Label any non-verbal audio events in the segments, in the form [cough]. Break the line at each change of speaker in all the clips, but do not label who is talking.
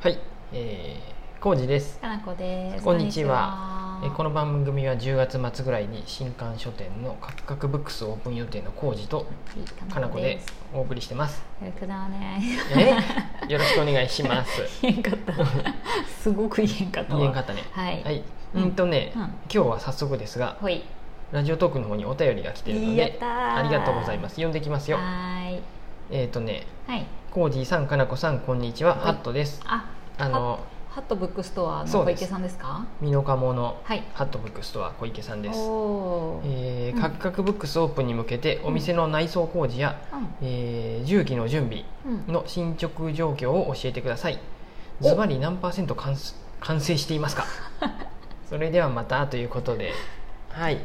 はい、えー、浩二です。
かなこです。
こんにちは
こん
えー
にちは
この番組は10月末ぐらいに新刊書店のカクカクブックスオープン予定の浩二と
はい
かなこで。お送りしてます。
よろしくお願いし [laughs]
え、よろしくお願いします。
ます。言えんか
[laughs]
った。すごく言えんかったわ。
言えんかったね。
はい。
はい、う
うん
んとね、
うん
今日は早速ですが、
ほい。
ラジオトークの方にお便りが来てるの
やっ
で
た、ー
ありがとうございます。読んできますよ
は。ーい。
えっとね、
はい。
浩二さん、かなこさん、こんにちは。
はい
ハットです。
あ、
あの、
ハットブックストアの
そう
小
です
池さんですか？
ミノカモの
はい。
ハットブックストア小池さんです。
おー
えー
うん
カクカクブックスオープンに向けてお店の内装工事や、えー重機の準備
うん。うん。
の進捗状況を教えてください
お
ズバリ何パーセント完す完成してい
[laughs]
ますかそれではまたということではい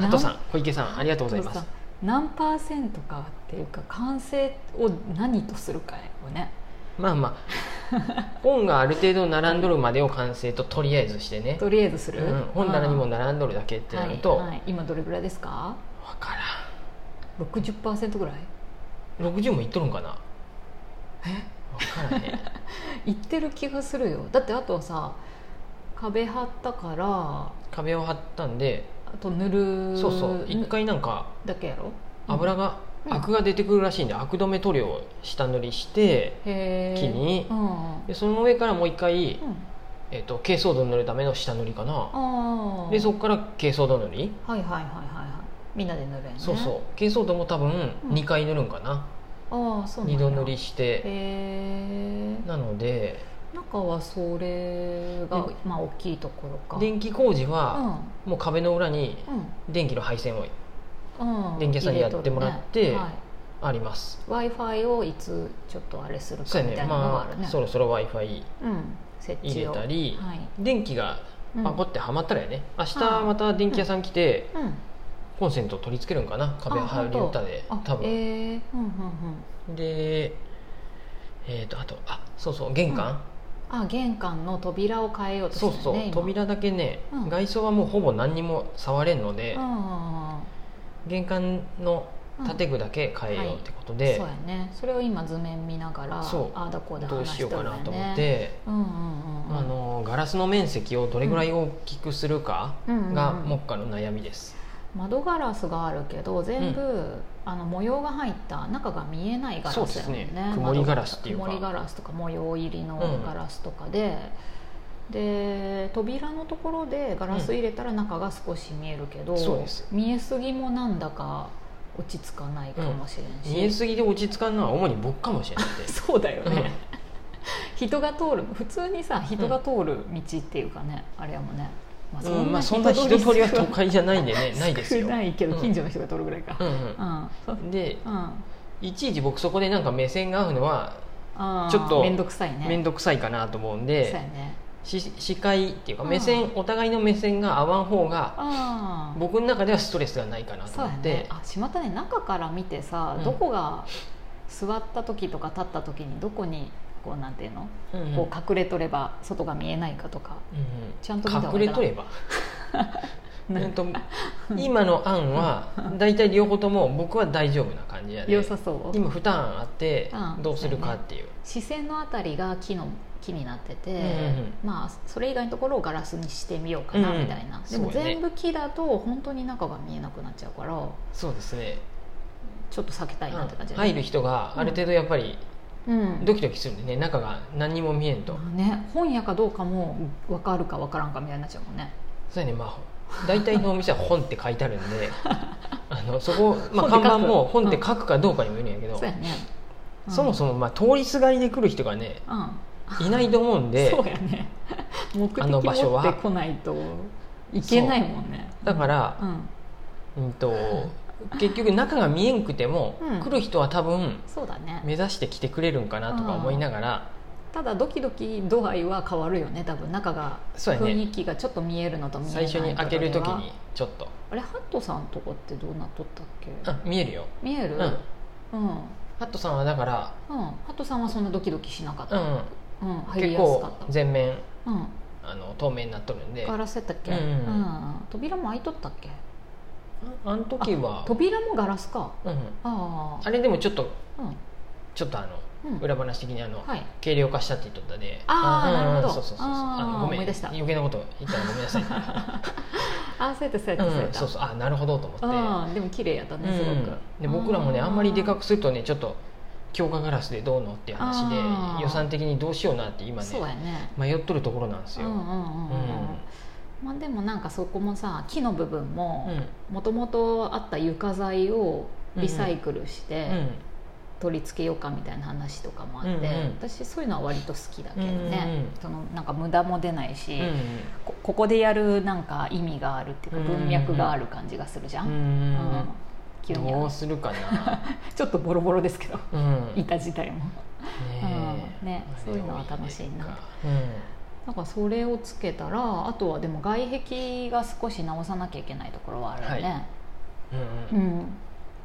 ハトさん小池さんありがとうございます
そうさ何パーセントかっていうか完成を何とするかをね。
まあま
[laughs]
あ本がある程度並んどるまでを完成ととりあえずしてね、
とりあえずす
う
る。
ん、本棚にも
っ
並んどるだけってなると、わ
はいはい今どれぐらいですか？
から
六十パーセントぐらい？
ん60もいっとるんかな
え？
分からへ
[laughs]
ん
行ってる気がするよだってあとはさ壁張ったからあ
壁を張ったんで
と塗る
そうそう一回なんか
だけやろ
油
が
が、
うん
アクが出てくるらしいんでアク止め塗料を下塗りして
へえ
木に
うんうん
でその上からもう一回、
うん
えっと珪藻土塗るための下塗りかな
ああ
でそこから珪藻土塗り、
はいはいはいはいはいみんなで塗るやんね
そうそう珪藻土も多分
うん
2回塗るんかな、
ああそうなん
二
や
度塗り
へ
して
え
なので
中はそれが
で
まあ大きいところか
電気工事
う
は、
ん
もう壁の裏に電気の配線を
うんうん
電気屋さんにやってもらって
入れとるねはい
あります、
w i f i をいつちょっとあれする
そ
か
うや
み
ね
たいなのがあ
ま
る
あ
ね
そろそろ w i f i
うん設置を
入れたり
はい
電気が
うん
パコってはまったらやね、明日
あー
また電気屋さん来て、
うん
コンセント取り付けるんかな壁
あ
張り歌で
あ
多分、
えーうんうんうん、
でえっ、とあとあそうそう玄関、
あ玄関の扉を変えようと
そう
した
そ
よ
う、
ね今
扉だけね、
うん
外装はもうほぼ何にも触れんので、
うんうんうん
玄関の
うん
建具だけ変えようってことで、
そうやねそれを今図面見ながら
そう
ああだこうだ
どう
話
し
し
よ
と
うか
るんだ
な
よ
と思
ね
って、
うんうんうんうん
あのガラスの面積をどれぐらい大きくするか
うんうんうん
が目下の悩みです、
窓ガラスがあるけど全部、あの模様が入った中が見えないガラスやも
そ
んね
うですね曇りガラスっていうか
窓曇りガラスとか模様入り
う
の
ん
ガラスとかで、で扉のところでガラス入れたら中が少し見えるけど、
そうです
見えすぎもなんだか落ち着かないかもしれんし、
見えすぎ [laughs] で落ち着かんのは主に僕かもしれなくて
そうだよね、
うん
人が通る普通にさ人が通る道っていうかね、あれやもんね、 [laughs] ま
うんまあ、そんな人通りは都会じゃないんでねないですよ
少ないけど
うん
近所の人が通るぐらいか、
うんうん
うんそう
で
うん
いちいち僕そこでなんか目線が合うのは
あー
ちょっと
面倒くさいね
面倒くさいかなと思うん
そうや
で、
ね
し視界っていうか
うん
目線、お互いの目線が合わん方が
ああ
僕の中ではストレスがないかなと
そうや
思って、
ねあしまったね中から見てさ、
うん
どこが座った時とか立った時にどこにこうなんていうの、
うんうん
こう隠れとれば外が見えないかとかちゃんと見た方
うんう
が
ん
いい
隠れ
か
とれ
な
ば、
な
うんと今の案はだいたい両方とも僕は大丈夫な感じやで、
良さそう
今負担あって
うん
どうするかっていう、
視線のあたりが木の木になってて、
うんうんうん
まあそれ以外のところをガラスにしてみようかな
うんうん
みたいな、で
そ
も
うやね
全部木だと本当に中が見えなくなっちゃうから
そうですね、
ちょっと避けたいなって感じだね
入る人がある程度やっぱり
うん
ドキドキするんでね中が何にも見えんと、
ね、本屋かどうかも分かるか分からんかみたいになっちゃうもんね
そうやねまあ大体のお店は本って書いてあるん
[laughs]
であのそこ、まあ、
本って書
看
く
板も本って書くかどうかにもよるんやけど、
そうやね、うん
そもそもまあ通りすがりで来る人がね
うん
いないと思うんで
[laughs] そうや
[laughs]
ね目的
あの場所
持
は
ってこないといけないもんね
だから、
うん
うんと結局中が見えんくても、
うん
来る人は多分
そうだね
目指して来てくれるんかなとか思いながら、
ただドキドキ度合いは変わるよね多分中が
そうやね
雰囲気がちょっと見えるのと見えな
最
い
初に開ける
と
時
では
にちょっと
あれハットさんとこってどうなっとったっけ、
あ見えるよ、
見える
う、
うんん、うん
ハットさんはだから、
ハットさんはそんなドキドキしなかっ
う
た、
ん
うん入り
結
やす
構
かった
全面
うん
あの透明になっとるんで
ガラスやったっけ、
うんうんうん
うん扉も開いとったっけ
ああの時は
扉もガラスか
うん
ああ
あれでもちょっと
うん
ちょっとあの
うん
裏話的にあの、
はい
軽量化したって言っとったで
あー
うんうんうん
なるほど
そうそうそうそう
あー
あのごめん
思い出した
余計なこと言ったらごめんな
[laughs]
さい
あそうやったそうやったそう
う
やっ
ん
た
そうそうあなるほどと思って
あーでも綺麗やったねすごく、
うん、で僕らもねあんまりでかくするとねちょっと強化ガラスでどうのっていう話で
あー
予算的にどうしようなって今ね
そうやね
迷っとるところなんです
うん
よ、
う
うん
うん
ん
うんまあでもなんかそこもさ木の部分ももともとあった床材をリサイクルして取り付けようかみたいな話とかもあって、
うんうん
私そういうのは割と好きだけど
うん
ね
う、ん
そのなんか無駄も出ないし、
うん
こここでやるなんか意味があるっていうか
うんうんうん
文脈がある感じがするじゃん、
うんう
うんん急に
どうするか
[laughs]
な、
ちょっとボロボロですけど
うんね
板自体も
え
うんねそういうのは楽しいな
うん
だからそれをつけたらあとはでも外壁が少し直さなきゃいけないところはあるよね、
うん
う
うん
ん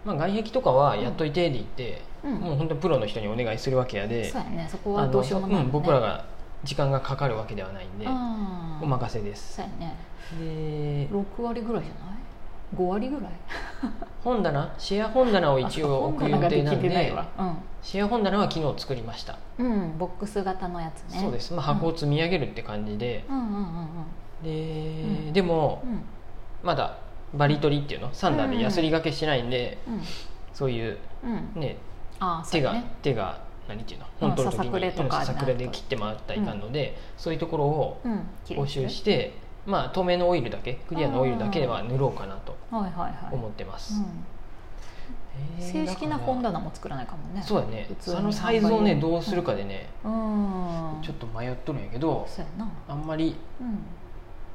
まあ、外壁とかはやっといてで言って、
うん
もう本当プロの人にお願いするわけやで、
そうやねそこ
あ
は
の
どうしようもないも
うん
ね、
僕らが時間がかかるわけではないんで、
あー
お任せです
そうやね
で
6割ぐらいじゃない5割ぐらい
本棚シェア本棚を一応置く予定なんで
ないわ、
シェア本棚は昨日作りました、
うん、うん、ボックス型のやつね
そうですす、まあ、箱を積み上げるって感じで、
うんうんうん
で、
うん
でも
うん
まだバリ取りっていうの3段でヤスリがけしてないんで、そういう
うんうん
ね
あーそう
手
や
が、
ね
手が何ていうの
うん
本当の時に
ささくれとか
うんささくれで
なんか
切ってもらったらいかんので、そういうところを
うん綺麗
押
ですね
収して、まあ、透明のオイルだけクリアのオイルだけは塗ろうかなと
はいはいはい、
思ってます、
うん、
えー
正式な本
だか
棚も作らないかもね
らそう
う
だね
普通に
そのサイズをね
販売
どうするかでね、
うん
ちょっと迷っとるんやけど
そうやな
あんまり
うん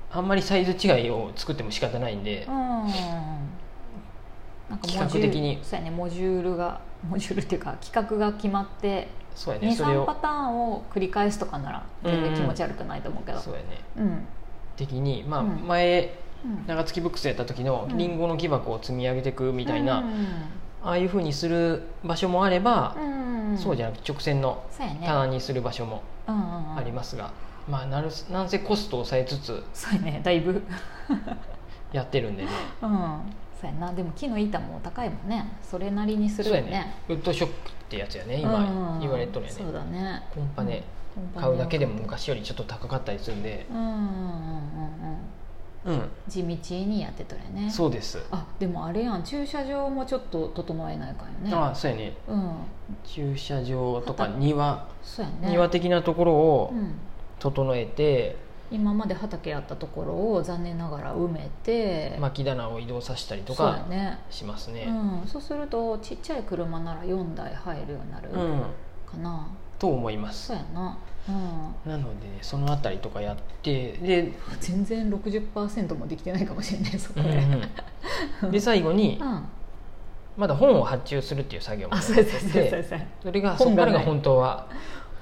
あんまりサイズ違いを作っても仕方ないんで、
うんなんかモジュール
企画的に
そうやねモジュールがモジュールっていうか企画が決まって
そうやねそれ
23
を
パターンを繰り返すとかなら全然気持ち悪くないと思うけど
そうやね
うん
的にまあ、
うん
前
うん
長月ブックスやった時の
うん
リンゴの木箱を積み上げていくみたいな、
うん
ああいうふうにする場所もあれば、
うん
そうじ
ゃ
ゃなくて直線の
そうやね
棚にする場所もあ
あ
りますが、まあなるなんせコストを抑えつつ
すそうやねだいぶうん
やってるんでね
そうやなでも木の板も高いもんねそれなりにする
そう
よ
や
ね
ウッドショックってやつやね
う
今
ん
言われとるやね
そうだね
コンパネ
うん
買うだけでも昔よりちょっと高かったりするんで
うんうんうんうんうん
うん
地道にやってとるよね
そうです、
あでもあれやん駐車場もちょっと整えないかよね
ああそうやね
うん
駐車場とか
畑
庭、
そうやね
庭的なところを
うん、
整えて、
今まで畑あったところを残念ながら埋めて
巻き棚を移動させたりと
そうや
か
ね
しますね
うん、そうするとちっちゃい車なら4台入るようになる
うん、
かな、
と思いま
そ
す
うやな、うん、
なので、ね、そのあたりとかやってで、
全然60%もできてないかもしれないそこ
う
で、
んうん [laughs] で最後に
うん
まだ本を発注するっていう作業も
あ
やっ
そうやそうやそう
て
やそうや
それがそ
本
こ
が
か
な
ら
い
が本当は、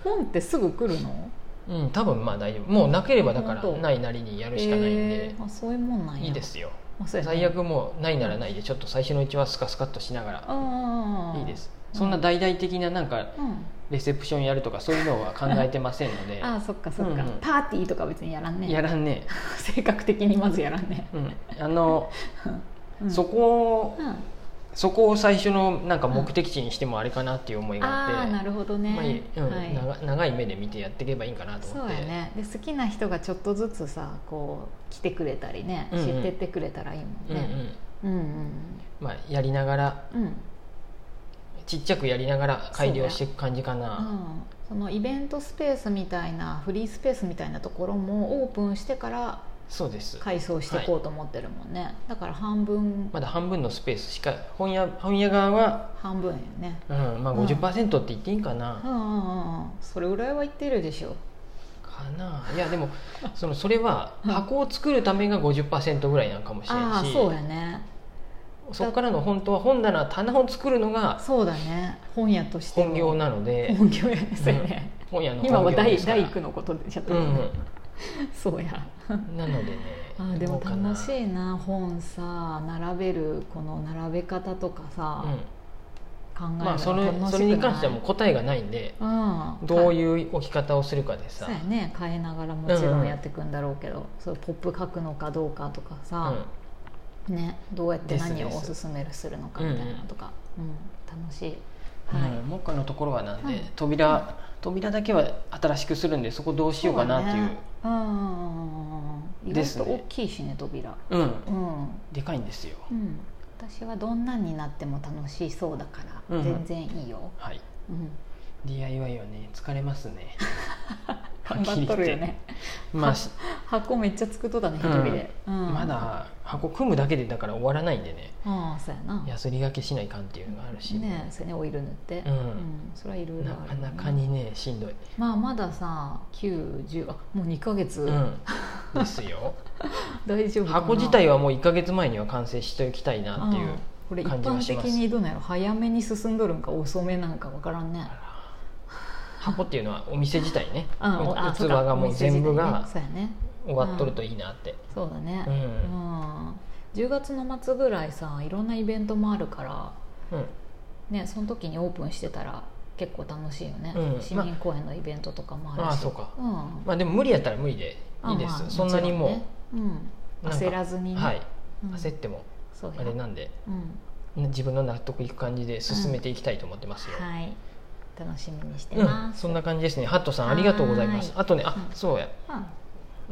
本ってすぐ来るの
うん、多分まあ大丈夫もうなければだから
本当
ないなりにやるしかないんで
え、ーあそういうもんなんや
いいですよ
あそうやね
最悪もうないならないでちょっと最初のうちはスカスカっとしながら
ああ
いいですそんな大々的ななんか
うん
レセプションやるとかそういうのは考えてませんので
ああそっかそっか、
うんうん
パーティーとか別にやらんね
やらんね、
[laughs] 性格的にまずやらんね
うん、あの、
う
[laughs]
ん
そこを
うん、あ
そこを最初のなんか目的地にしてもあれかなっていう思いがあ
あ
っ
ー
て
なるほど
まあいい
ね、
うん
はい
長長い目で見てやっていけばいいんかなと
そ
思っ
う
て
やねで好きな人がちょっとずつさこう来てくれたりね、
うんうん
知ってってくれたらいいもん
うんう
ね、
ん
うん、うん
まあ、やりながら
うんうん
ちっちゃくやりながら改良していく感じかな
そのイベントスペースみたいなフリースペースみたいなところもオープンしてから
そう,、です
改装していこうと思ってるもんね、だから半分
まだ半分のスペースしか本屋本屋側は、
半分よね
うんまあ、
うん
50%って言っていいんか
う
な、
んうんうんうんそれぐらいは言ってるでしょ
かないやでもそのそれは箱を作るためが50%ぐらいなんかもしれ
あ
ん
あ
し
そうやね
そこからの本当は本棚棚を作るのが
そうだね本屋としての
本業なので、
本業やねそうやね、
うん本屋の
今は
本業で
大
すから
大工のことでやって
う
るもん
ん
ね、そうや
うん、なのでね
あでも
どうかな
楽しいな本さ並べるこの並べ方とかさ、
うん
考えるの
まあ、
楽し
そ
くない、
れそれに関してはもう答えがないんで
うん、
どう
う
いう置き方をするかでさ
そうやね変えながらもちろ
うんうん
んやっていくんだろうけど、そうポップ書くのかどうかとかさ、ね、どうやって
です
何を
で
お
す
すすめするのかみたいなのとか、うん楽しい、はい
うん、もう一個のところはなんで、
うん
扉、扉だけは新しくするんでそこどうしようかなっていう
そうだねうん意
で
外
す
と
ね
大きいしね扉
う,、
うん
んでかいんですよ
うん、私はどんなんになっても楽しそうだから、
うん
全然いいよ、
はい
うん、
DIY はね疲れます
[laughs]
ね
頑張っとるよね
ま
[laughs]
あし
箱めっちゃ作っとったね一人で、うん
まだ箱組むだけでだから終わらないんでね
ああそうやな
やすりがけしないかんっていうのがあるし、
ねそれねオイル塗って、
うん
それはいろいろ
な
あ
か
るよね
なかにねしんど
[laughs]
い、
まあまださ910あもう2ヶ月、
うん、ですよ
大丈夫かな
箱自体はもう1か月前には完成しておきたいなっていう、
んこれ一
感じはし
般
ま
的
す
にどうなんやろ早めに進んどるんか遅めなんかわからんね
箱っていうのはお店自体ね、
うんおあ
器
そうか
がも
お
う
店自
全
体
部
ね
が
そうやね
終わっとるといいなって、
そうだ
う
ねうんん、10月の末ぐらいさいろんなイベントもあるから
うん
ねその時にオープンしてたら結構楽しいよね、
うん
市民公園のイベントとかもあるし
まあそうか
うん
まあでも無理やったら無理でいいです、
あまあ
そんなにもう
ちろんねうん、
なんか
焦らずにね、
はい、
うん
焦っても
そうや
あれなんで
うん
自分の納得いく感じで進めていきたいと思ってますよ、
はい楽しみにして
うん、
ます、
そんな感じですね。ハットさんありがとうございます。
はーい
あとね、あ、
うん
そうや、
うん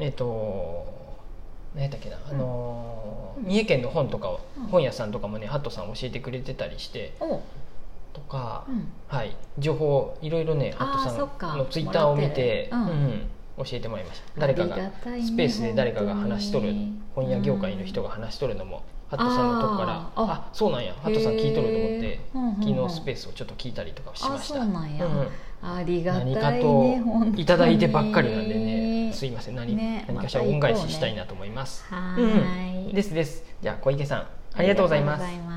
えっ、と何やったっけな、あのー
うん
三重県の本とかを、
うん
本屋さんとかもね、ハットさん教えてくれてたりして
おう
とか、
うん
はい、情報いろいろね、ハ
あ
ッ
ーそ
ト
っ
さ
か
んのツイッターを見て、
もらってるうん
うん教えてもらいました。誰かが
ありたいね
スペースで誰かが話しとる
本
本
当
屋
に
業界の人が話しとるのも、ハットさんのとこから、あ
あーあ
そうなんや、ハットさん聞いとると思って
へ。ーうんうんうん
昨日スペースをちょっと聞いたりとかしました。
あそうなんや
うん
ありがたい
何
ね
か
本当
と
に
いただいてばっかりなんでねすいません何,、
ね
何かしら
また行
恩
こうね
返ししたいなと思います、
は
うん
ーい、
ですですじゃあ小池さんありがとうございます
ありがとうござい